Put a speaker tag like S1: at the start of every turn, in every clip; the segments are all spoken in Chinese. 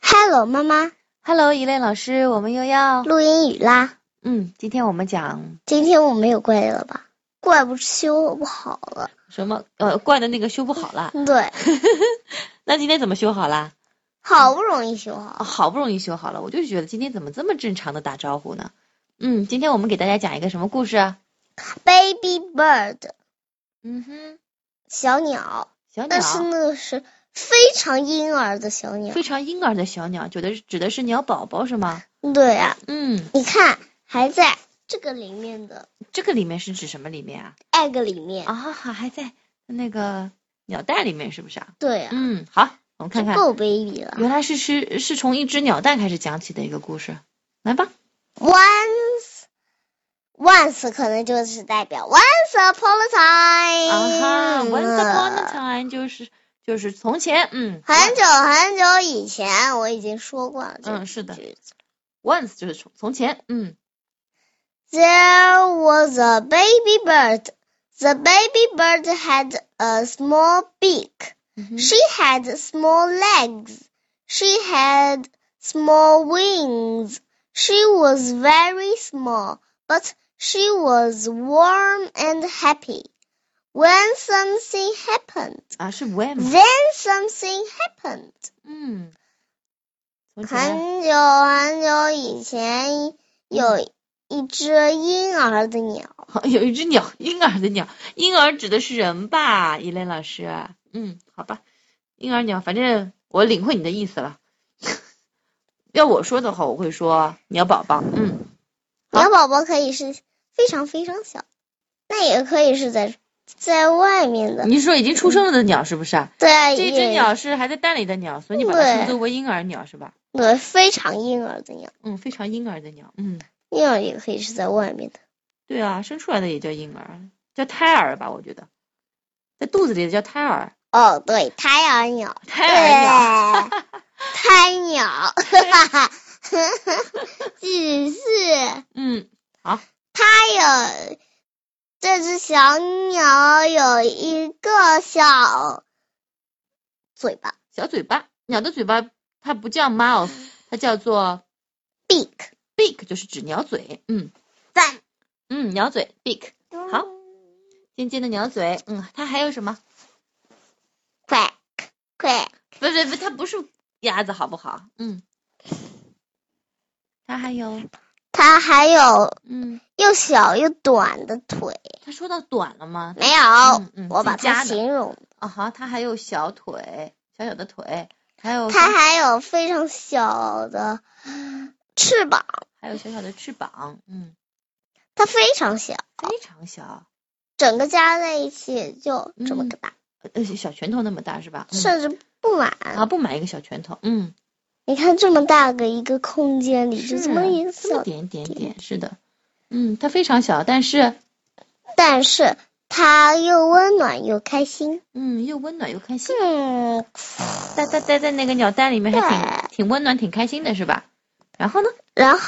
S1: Hello，妈妈，
S2: Hello，一类老师，我们又要
S1: 录英语啦！
S2: 嗯，今天我们讲
S1: 今天我没有怪了吧？怪不修不好了。
S2: 什么？呃，怪的那个修不好啦。
S1: 对，
S2: 那今天怎么修好啦？
S1: 好不容易修
S2: 哦，
S1: 好。
S2: 好不容易修好了，我就觉得今天怎么这么正常的打招呼呢？嗯，今天我们给大家讲一个什么故事啊？
S1: Baby bird，
S2: 嗯哼，
S1: 小鸟，
S2: 小鸟
S1: 但，是那个是非常婴儿的小鸟。
S2: 非常婴儿的小鸟，指的是指的是鸟宝宝是吗？
S1: 对啊，
S2: 嗯，
S1: 你看还在这个里面的
S2: 这个里面是指什么里面啊？
S1: egg 里面。
S2: 啊，还在那个鸟蛋里面是不是啊？
S1: 对啊，
S2: 嗯，好，我们看
S1: 就
S2: 看，
S1: 够 baby 了。
S2: 原来是是是从一只鸟蛋开始讲起的一个故事，来吧。
S1: Once。Once 可能就是代表 Once upon a time，
S2: 啊哈，Once upon a time 就是就是从前，嗯
S1: 很久很久以前，我已经说过了。
S2: 嗯是的。，once 就是从从前，嗯
S1: There was a baby bird. The baby bird had a small beak.
S2: 嗯哼
S1: She had small legs. She had small wings. She was very small, but she was warm and happy. When something happened,
S2: 啊是 when，
S1: then something happened.
S2: 嗯，从前
S1: 很久很久以
S2: 嗯
S1: 前，有一只婴儿的鸟，
S2: 有一只鸟，婴儿的鸟，婴儿指的是人吧，伊磊老师，嗯，好吧，婴儿鸟，反正我领会你的意思了。要我说的话，我会说鸟宝宝，嗯，
S1: 鸟宝宝可以是非常非常小，那也可以是在在外面的。
S2: 嗯你是说已经出生了的鸟是不是啊？
S1: 对啊，
S2: 这只
S1: 也
S2: 鸟是还在蛋里的鸟，所以你把它
S1: 对
S2: 称作为婴儿鸟是吧？
S1: 对非常婴儿的鸟，
S2: 嗯，非常婴儿的鸟，嗯。
S1: 婴儿也可以是在外面的。
S2: 对啊，生出来的也叫婴儿，叫胎儿吧，我觉得，在肚子里的叫胎儿，
S1: 哦，对，胎儿鸟，
S2: 胎儿鸟。
S1: 对，胎鸟， 哈哈，只是。
S2: 嗯，
S1: 它有这只小鸟有一个小嘴巴
S2: 小嘴巴，鸟的嘴巴它不叫 mouth，它叫做
S1: beak，
S2: beak，就是指鸟嘴。嗯
S1: 赞。
S2: 嗯，鸟嘴 beak，好，尖尖的鸟嘴。嗯，它还有什么？
S1: 快快
S2: 不不不，它不是鸭子，好不好？嗯，它还 有，
S1: 它还有
S2: 嗯，
S1: 又小又短的腿，
S2: 它说到短了吗？
S1: 没有，
S2: 嗯嗯，
S1: 我
S2: 自己
S1: 把它
S2: 加的。
S1: 形容，
S2: 啊哈，它还有小腿，小小的腿，还有
S1: 它还有非常小的翅膀，
S2: 还有小小的翅膀，嗯，
S1: 它非常小，
S2: 非常小，
S1: 整个加在一起也就这么
S2: 嗯
S1: 个大，
S2: 呃，小拳头那么大是吧？嗯、
S1: 甚至不满。
S2: 啊，不满一个小拳头，嗯，
S1: 你看这么大个一个空间里，就是这么一个
S2: 啊这
S1: 小
S2: 么点点点，是的，嗯，它非常小，但是
S1: 但是它又温暖又开心。
S2: 嗯，又温暖又开心，
S1: 嗯，
S2: 待待待在那个鸟蛋里面还挺挺温暖，挺开心的是吧？然后呢，
S1: 然后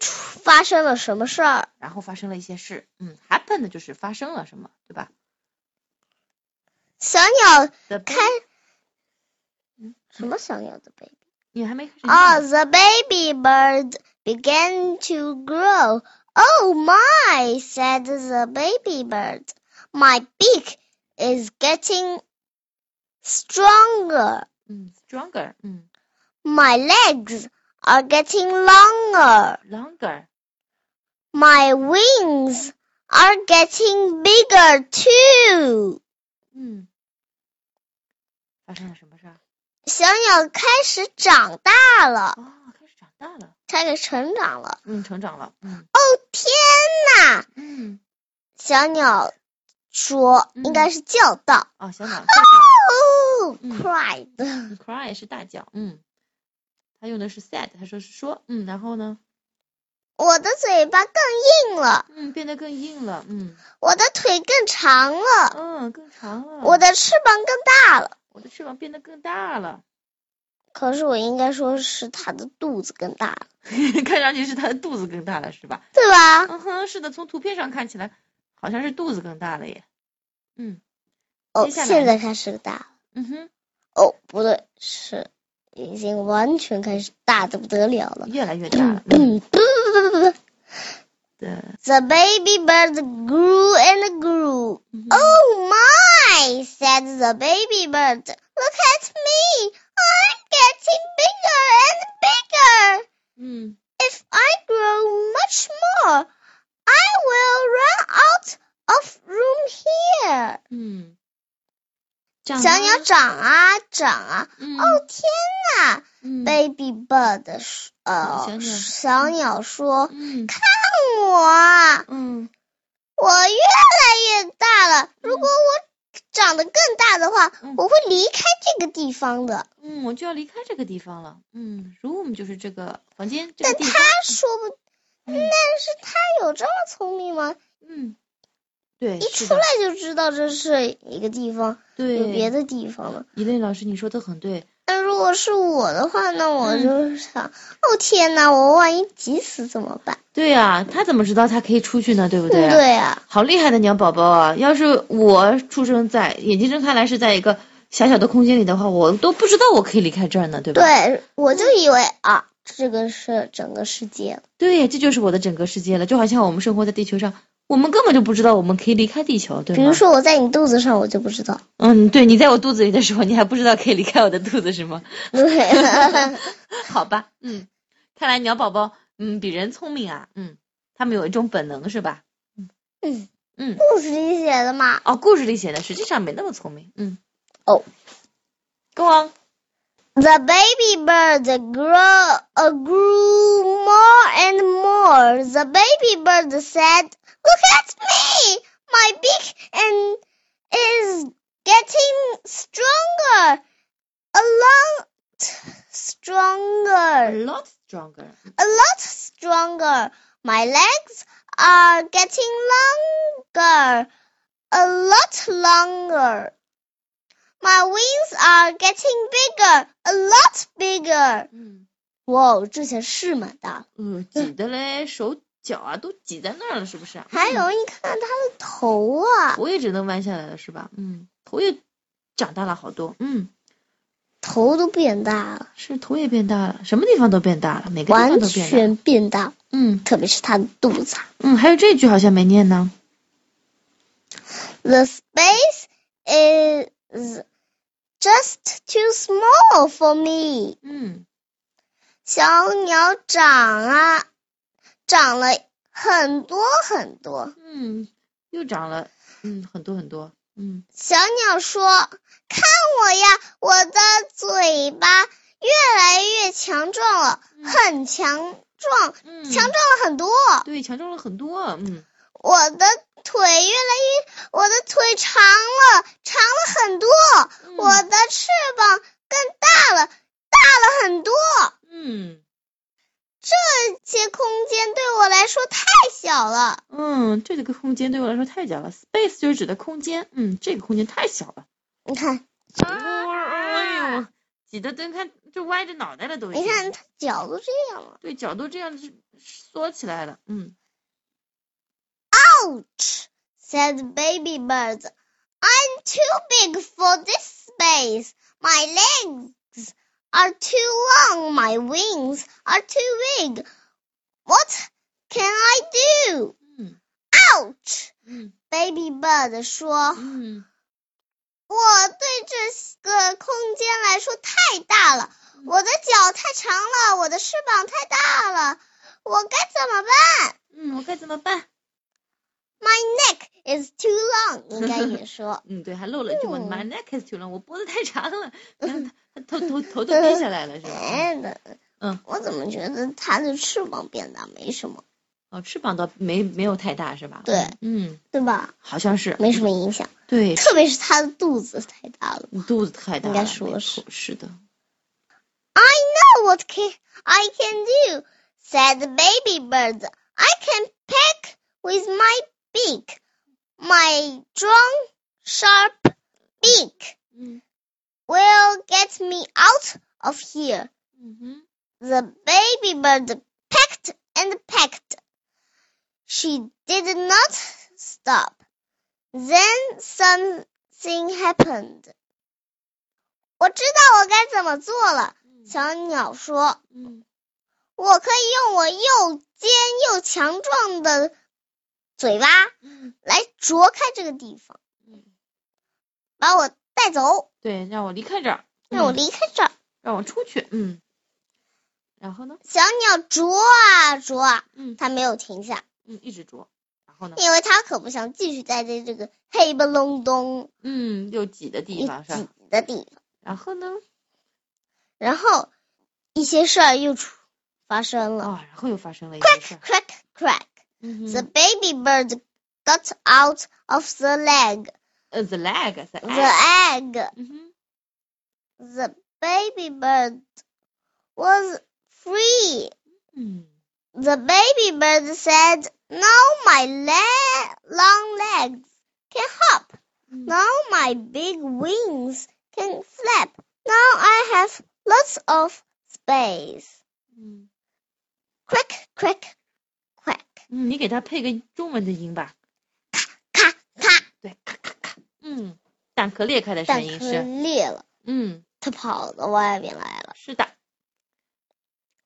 S1: 出发生了什么事儿？
S2: 然后发生了一些事，嗯，happened 就是发生了什么，对吧
S1: 小鸟
S2: ？The
S1: 开
S2: baby-
S1: 什么小鸟的 baby？
S2: 你还没开始念
S1: 哦、
S2: 呢
S1: t h e baby bird began to grow. Oh my, said the baby bird. My beak is getting stronger.
S2: 嗯，stronger，嗯
S1: My legs are getting longer.
S2: ，longer，
S1: My wings are getting bigger too.
S2: 嗯，发生了什么事儿？
S1: 小鸟开始长大了，
S2: 哦，开始长大了，
S1: 开始成长了。
S2: 嗯，成长了，嗯。
S1: 哦天呐！
S2: 嗯，
S1: 小鸟说，
S2: 嗯
S1: 应该是叫道。
S2: 哦，小鸟大
S1: 哦
S2: 嗯
S1: ，cried。
S2: 叫，cry 是大叫，嗯，他用的是 said，他说是说，嗯，然后呢，
S1: 我的嘴巴更硬了，
S2: 嗯，变得更硬了，嗯，
S1: 我的腿更长了，
S2: 嗯，更长了，
S1: 我的翅膀更大了。
S2: 我的翅膀变得更大了，
S1: 可是我应该说是它的肚子更大了，
S2: 看上去是它的肚子更大了，是吧？
S1: 对吧？
S2: 嗯哼，是的，从图片上看起来好像是肚子更大了耶，嗯
S1: 哦，
S2: 接下来
S1: 现在开始大了。
S2: 嗯哼，
S1: 哦，不对，是已经完全开始大的不得了了。
S2: 越来越大了。嗯，对，
S1: The baby bird grew and grew.
S2: 嗯
S1: Oh my, said the baby bird. Look at me. I'm getting bigger and bigger.
S2: 嗯
S1: If I grow much more, I will run out of room here.
S2: 嗯，长
S1: 想
S2: 啊
S1: 想长啊长啊，
S2: 嗯
S1: 哦天哪
S2: 嗯
S1: ！Baby bird uh, 说呃
S2: 小鸟
S1: 小鸟说
S2: 嗯：“
S1: 看我啊，
S2: 嗯
S1: 我越来越大了。如果我长得更大的话
S2: 嗯，
S1: 我会离开这个地方的。
S2: 嗯，我就要离开这个地方了。嗯，room 就是这个房间，这个地方。
S1: 他说不，但
S2: 嗯
S1: 是他有这么聪明吗？
S2: 嗯，对，
S1: 一
S2: 是
S1: 出
S2: 的
S1: 来就知道这是一个地方，
S2: 对
S1: 有别的地方了。
S2: 一类老师，你说的很对。
S1: 那如果是我的话，那我
S2: 嗯
S1: 就是想，哦天哪，我万一急死怎么办？
S2: 对呀、他怎么知道他可以出去呢？对不对？
S1: 嗯对啊，
S2: 好厉害的鸟宝宝啊！要是我出生在眼睛睁开来是在一个小小的空间里的话，我都不知道我可以离开这儿呢，对吧？
S1: 对，我就以为啊，这个是整个世界。
S2: 对，这就是我的整个世界了。就好像我们生活在地球上，我们根本就不知道我们可以离开地球，对吗？
S1: 比如，说我在你肚子上，我就不知道。
S2: 嗯，对，你在我肚子里的时候，你还不知道可以离开我的肚子是吗？
S1: 对，
S2: 好吧，嗯，看来鸟宝宝，嗯，比人聪明啊，嗯，他们有一种本能是吧？
S1: 嗯，
S2: 嗯，
S1: 故事里写的嘛。
S2: 哦，故事里写的实际上没那么聪明，嗯，
S1: 哦
S2: ，Go on，
S1: The baby bird grew, uh, grew more and more. The baby bird said, "Look at me! My beak and is getting stronger, a lot
S2: a
S1: stronger,
S2: lot stronger，
S1: a lot stronger. My legs are getting longer, a lot longer. My wings are getting bigger, a lot bigger."
S2: 嗯，
S1: 哇哦，这些是蛮大的。
S2: 呃，挤得嘞，手脚啊都挤在那儿了，是不是啊？
S1: 还
S2: 嗯
S1: 有，你看看它的头啊，
S2: 头也只能弯下来了，是吧？嗯，头也长大了好多，嗯，
S1: 头都变大了，
S2: 是头也变大了，什么地方都变大了，每个地方
S1: 完
S2: 都变大了，
S1: 全变大，
S2: 嗯
S1: 特别是它的肚子啊。
S2: 嗯，还有这句好像没念呢，
S1: The space is just too small for me。
S2: 嗯
S1: 小鸟长啊，长了很多很多。
S2: 嗯，又长了，嗯，很多很多，嗯。
S1: 小鸟说：“看我呀，我的嘴巴越来越强壮了，很强壮，
S2: 嗯，
S1: 强壮了很多。
S2: 对，强壮了很多，嗯
S1: 我的腿越来越，我的腿长了，长了很多。
S2: 嗯
S1: 我的翅膀更大了，大了很多。
S2: 嗯
S1: 这些空间对我来说太小了。
S2: 嗯，这个空间对我来说太小了，space 就是指的空间，嗯，这个空间太小了，
S1: 你看，
S2: 哎呦，挤得都看就歪着脑袋了都已经，
S1: 你看，它脚都这样了。
S2: 对，脚都这样是缩起来了，嗯
S1: Ouch! said baby bird. I'm too big for this space. My legs are too long. My wings are too big. What can I do?
S2: 嗯
S1: Ouch!
S2: 嗯
S1: Baby bird 说：“
S2: 嗯
S1: 我对这个空间来说太大了，我的脚太长了，我的翅膀太大了，我该怎么办
S2: 嗯，我该怎么办？
S1: ？My neck is too long。”应该也说
S2: 嗯，对，还漏了一句，我
S1: 嗯
S2: my neck is too long，我脖子太长 了，嗯，他头头头都低下来了是吧？嗯
S1: 哎的，
S2: 嗯，
S1: 我怎么觉得它的翅膀变大没什么，
S2: 哦，翅膀倒没没有太大是吧？
S1: 对，
S2: 嗯，
S1: 对吧？
S2: 好像是，
S1: 没什么影响，
S2: 对，
S1: 特别是它的肚子太大了。
S2: 你肚子太大
S1: 应
S2: 了，
S1: 该说
S2: 没
S1: 是
S2: 错是的，
S1: know Oh, what can I can do, said the baby bird. I can peck with my beak, my strong, sharp beak
S2: 嗯
S1: will get me out of here.
S2: 嗯哼，
S1: The baby bird pecked and pecked. She did not stop. Then something happened. 我知道我该怎么做了。小鸟说
S2: 嗯，：“
S1: 我可以用我又尖又强壮的嘴巴
S2: 嗯
S1: 来啄开这个地方，把我带走，
S2: 对，让我离开这儿，
S1: 让我
S2: 嗯
S1: 离开这儿。
S2: 让我出去，嗯。然后呢，
S1: 小鸟啄啊啄啊，
S2: 嗯
S1: 它没有停下，
S2: 嗯，一直啄。然后呢，
S1: 因为它可不想继续待在这个黑不隆咚
S2: 嗯，又挤的地
S1: 一
S2: 方是吧？
S1: 挤的地方。
S2: 然后呢，
S1: 然后一些事儿又出发生了。
S2: 啊，然后又发生了一件事儿，
S1: Crack crack，
S2: 嗯
S1: the
S2: 哼
S1: baby bird got out of the leg,
S2: 呃，the leg，the
S1: the
S2: leg，
S1: egg.
S2: 嗯哼，
S1: The baby bird was free.
S2: 嗯
S1: The baby bird said, Now my le- long legs can hop.
S2: 嗯
S1: Now my big wings can flap. Now I have lots of space.
S2: 嗯
S1: Crack, crack, crack.
S2: 嗯，你给它配个中文的音吧，
S1: 咔咔，
S2: 对，咔咔咔，嗯，蛋壳裂开的声
S1: 蛋
S2: 音
S1: 壳
S2: 是，
S1: 裂了，
S2: 嗯，
S1: 它跑到外面来了。
S2: 是的，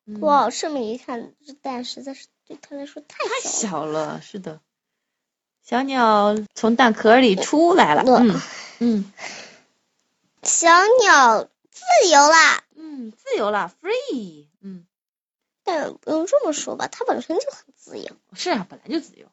S2: 嗯
S1: 哇，这么一看，这蛋实在是对它来说太
S2: 太
S1: 小了。
S2: 小了，是的。小鸟从蛋壳里出来了，
S1: 我
S2: 嗯嗯
S1: 小鸟自由啦。
S2: 嗯，自由了，free，嗯，
S1: 但不用这么说吧，它本身就很自由。
S2: 是啊，本来就自由。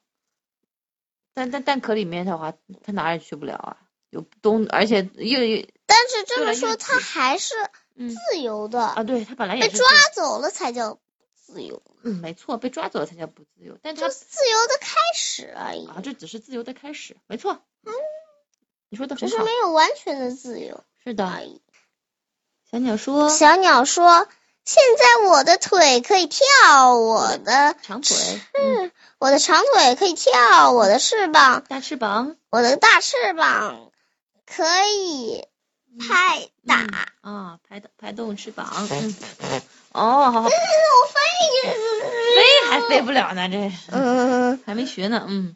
S2: 但但蛋壳里面的话，它哪儿也去不了啊，有东，而且又又
S1: 但是这
S2: 对
S1: 么
S2: 了
S1: 说，
S2: 又
S1: 它
S2: 自
S1: 还是
S2: 嗯
S1: 自由的，
S2: 啊，对，它本来也
S1: 被
S2: 是
S1: 抓
S2: 自
S1: 走了才叫自由，
S2: 嗯，没错，被抓走了才叫不自由，但它
S1: 这是自由的开始而已，
S2: 啊，这只是自由的开始，没错。
S1: 嗯
S2: 你说的
S1: 只
S2: 很
S1: 是
S2: 好
S1: 没，有完全的自由
S2: 是
S1: 而
S2: 的。
S1: 已。
S2: 小鸟说，
S1: 小鸟说：“现在我的腿可以跳，我的
S2: 长腿，嗯，
S1: 我的长腿可以跳，我的翅膀，
S2: 大翅膀，
S1: 我的大翅膀可以拍打。
S2: 嗯啊，拍动拍动翅膀，嗯，哦，
S1: 哎
S2: 好好，飞还飞不了呢，这
S1: 嗯，
S2: 还没学呢，嗯，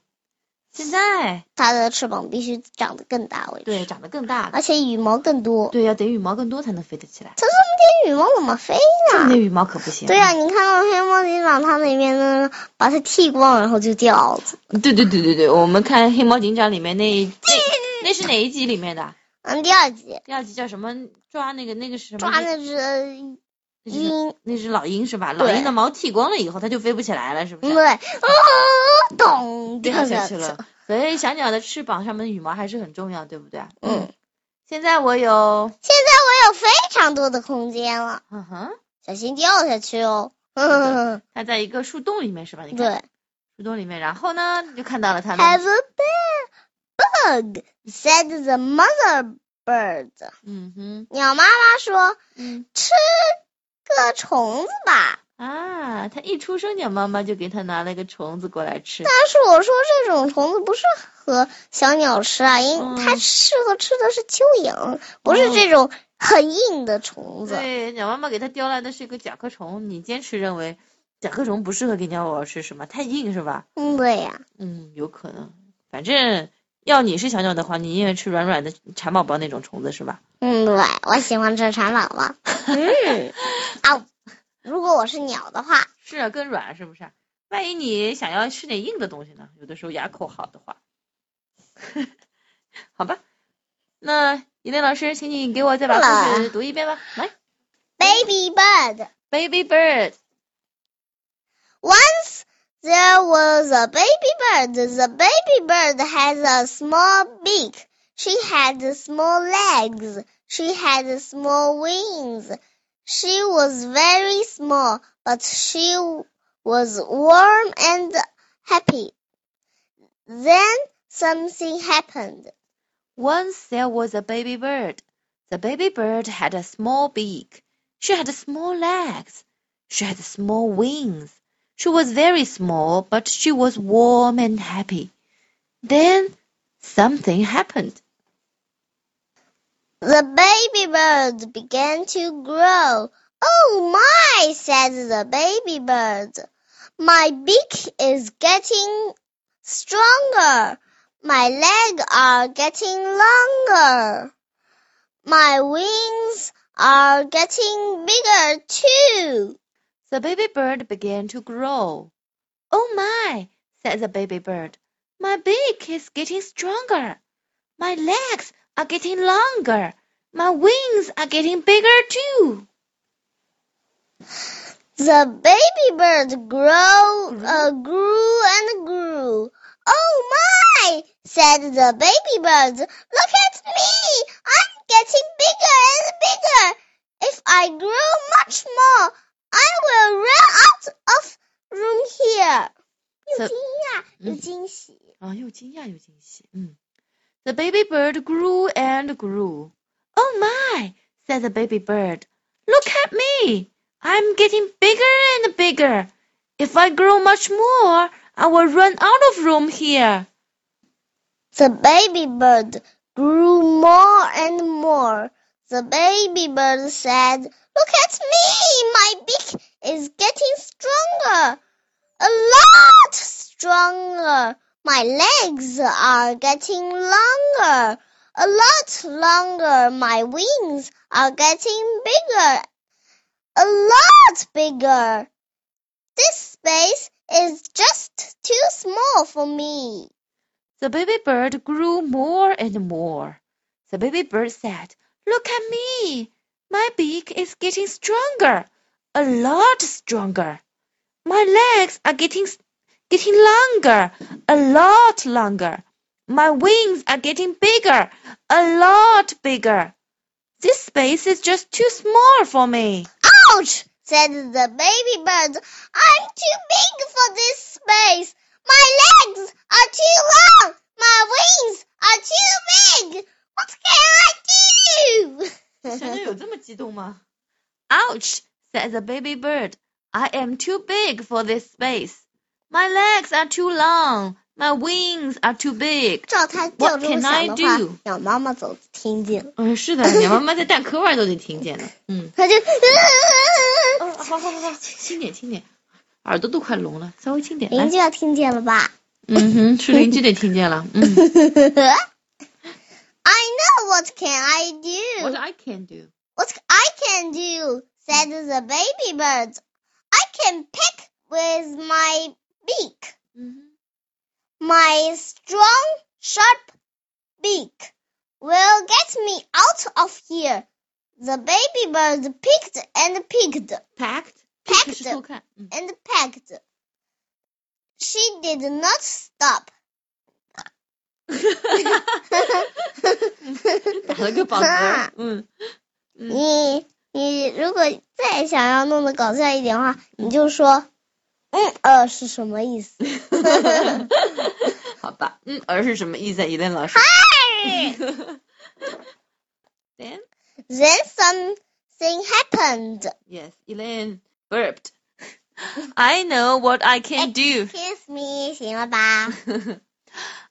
S2: 现在
S1: 它的翅膀必须长得更大为止。
S2: 对长得更大，
S1: 而且羽毛更多。
S2: 对要得羽毛更多才能飞得起来，
S1: 那羽毛怎么飞
S2: 这么
S1: 呢？
S2: 点羽毛可不行。
S1: 啊
S2: 啊
S1: 对呀、你看到黑猫警长他那边呢，把它剃光，然后就掉了。
S2: 对对对对对，我们看《黑猫警长》里面 那那那是哪一集里面的？
S1: 嗯，第二集
S2: 第二集叫什么？抓那个那个是什么？
S1: 抓那只
S2: 那是
S1: 鹰，
S2: 那只老鹰是吧？老
S1: 对
S2: 鹰的毛剃光了以后，它就飞不起来了，是不
S1: 对，
S2: 是？
S1: 啊，咚掉
S2: 掉下去了。所以小鸟的翅膀上面的羽毛还是很重要，对不对？
S1: 嗯，
S2: 现在我有，
S1: 它有非常多的空间了，
S2: 嗯哼，
S1: 小心掉下去哦。
S2: 的
S1: 嗯，
S2: 它在一个树洞里面是吧？你 看
S1: 对
S2: 树洞里面，然后呢，你就看到了它
S1: ，Have
S2: 们，
S1: a bug said the mother bird。
S2: 嗯哼，
S1: 鸟妈妈说
S2: 嗯
S1: 个虫子吧，
S2: 啊，它一出生，鸟妈妈就给它拿了一个虫子过来吃，
S1: 但是我说这种虫子不适合小鸟吃啊，因
S2: 嗯
S1: 它适合吃的是蚯蚓，不是这种很硬的虫子。
S2: 对，鸟妈妈给它叼来的是一个甲壳虫，你坚持认为甲壳虫不适合给鸟宝宝吃是吗？太硬是吧？
S1: 嗯，对呀、
S2: 嗯，有可能。反正要你是小鸟的话，你宁愿吃软软的蚕宝宝那种虫子是吧？
S1: 嗯，对，我喜欢吃蚕宝宝。嗯， 啊，如果我是鸟的话，
S2: 是啊，更软是不是？万一你想要吃点硬的东西呢？有的时候牙口好的话， 好吧。那一林老师，请你给我再把故事读一遍吧。来
S1: baby bird。
S2: ，Baby Bird，
S1: Once there was a baby bird. The baby bird had a small beak. She had small legs. She had small wings. She was very small, but she was warm and happy. Then something happened.
S2: Once there was a baby bird. The baby bird had a small beak. She had small legs. She had small wings. She was very small, but she was warm and happy. Then something happened.
S1: The baby bird began to grow. Oh my, said the baby bird. My beak is getting stronger. My legs are getting longer. My wings are getting bigger too.
S2: The baby bird began to grow. Oh my, said the baby bird. My beak is getting stronger. My legs are getting longer. My wings are getting bigger too.
S1: The baby bird grew,
S2: Grew.
S1: uh, grew and grew. Oh my! said the baby bird. Look at me! I'm getting bigger and bigger. If I grow much more, I will run out of room here.
S2: 这嗯
S1: 惊讶，有惊喜。
S2: 啊，Ah, 又惊讶又惊喜。嗯，The baby bird grew and grew. Oh my, said the baby bird. Look at me. I'm getting bigger and bigger. If I grow much more, I will run out of room here.
S1: The baby bird grew more and more. The baby bird said, Look at me! My beak is getting stronger. A lot stronger. My legs are getting longer. A lot longer. My wings are getting bigger. A lot bigger. This space is just too small for me.
S2: The baby bird grew more and more. The baby bird said, Look at me. My beak is getting stronger, a lot stronger. My legs are getting getting longer, a lot longer. My wings are getting bigger, a lot bigger. This space is just too small for me.
S1: Ouch! said the baby bird. I'm too big for this space. My legs are too long. My wings are too big. What can I do?
S2: 小妞有这么激动吗？Ouch! said the baby bird. I am too big for this space. My legs are too long. My wings are too big.
S1: 照他叫
S2: What
S1: 这么
S2: can I
S1: 响的话
S2: do？，
S1: 鸟妈妈早听见了，
S2: 嗯，是的，鸟妈妈在蛋壳外都能听见 的。嗯，
S1: 它就。
S2: 哦，好好好好，轻点轻点，耳朵都快聋了，稍微轻点。
S1: 邻
S2: 来，
S1: 居要听见了吧
S2: 嗯哼，是邻居得听见了。嗯，
S1: ？I know what can I do.
S2: What I can do.
S1: What I can do, said the baby bird. I can pick with my beak,
S2: 嗯
S1: my strong, sharp beak will get me out of here. The baby bird picked and picked
S2: 哼，packed
S1: Packed
S2: 是收看。嗯
S1: and pecked. She did not stop.
S2: 打了个饱嗝。嗯，嗯
S1: 你你如果再想要弄得搞笑一点的话，你就说，嗯呃是什么意思？
S2: 好吧，嗯，儿是什么意思啊？伊莲老师。Then
S1: Then something happened.
S2: yes, Elaine burped. I know what I can do.
S1: Kiss me，行了吧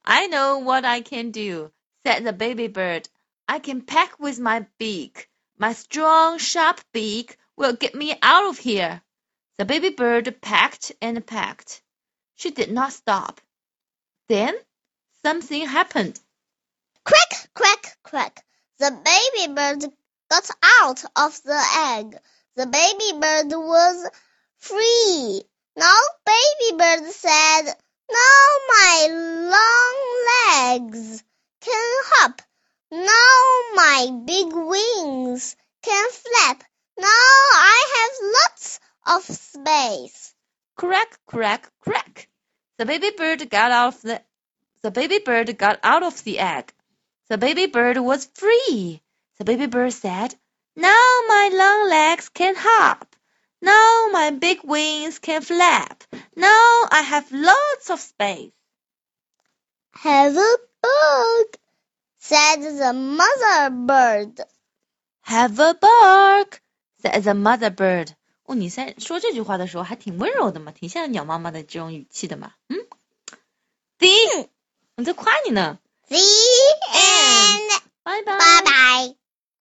S2: I know what I can do, said the baby bird. I can peck with my beak. My strong, sharp beak will get me out of here. The baby bird pecked and pecked. She did not stop. Then something happened.
S1: ？Crack, crack, crack. The baby bird got out of the egg. The baby bird was free. Now baby bird said, "Now my long legs can hop. Now my big wings can flap. Now I have lots of space."
S2: Crack, crack, crack. The baby bird got out of the the baby bird got out of the egg. The baby bird was free. The baby bird said, "Now my long legs can hop. Now my big wings can flap. Now I have lots of space."
S1: Have a book, said the mother bird.
S2: Have a bark," said the mother bird. 哦，你在说这句话的时候还挺温柔的嘛，挺像鸟妈妈的这种语气的嘛。嗯，The，我在夸你呢。
S1: The
S2: End.
S1: end.
S2: 拜拜。
S1: Bye bye.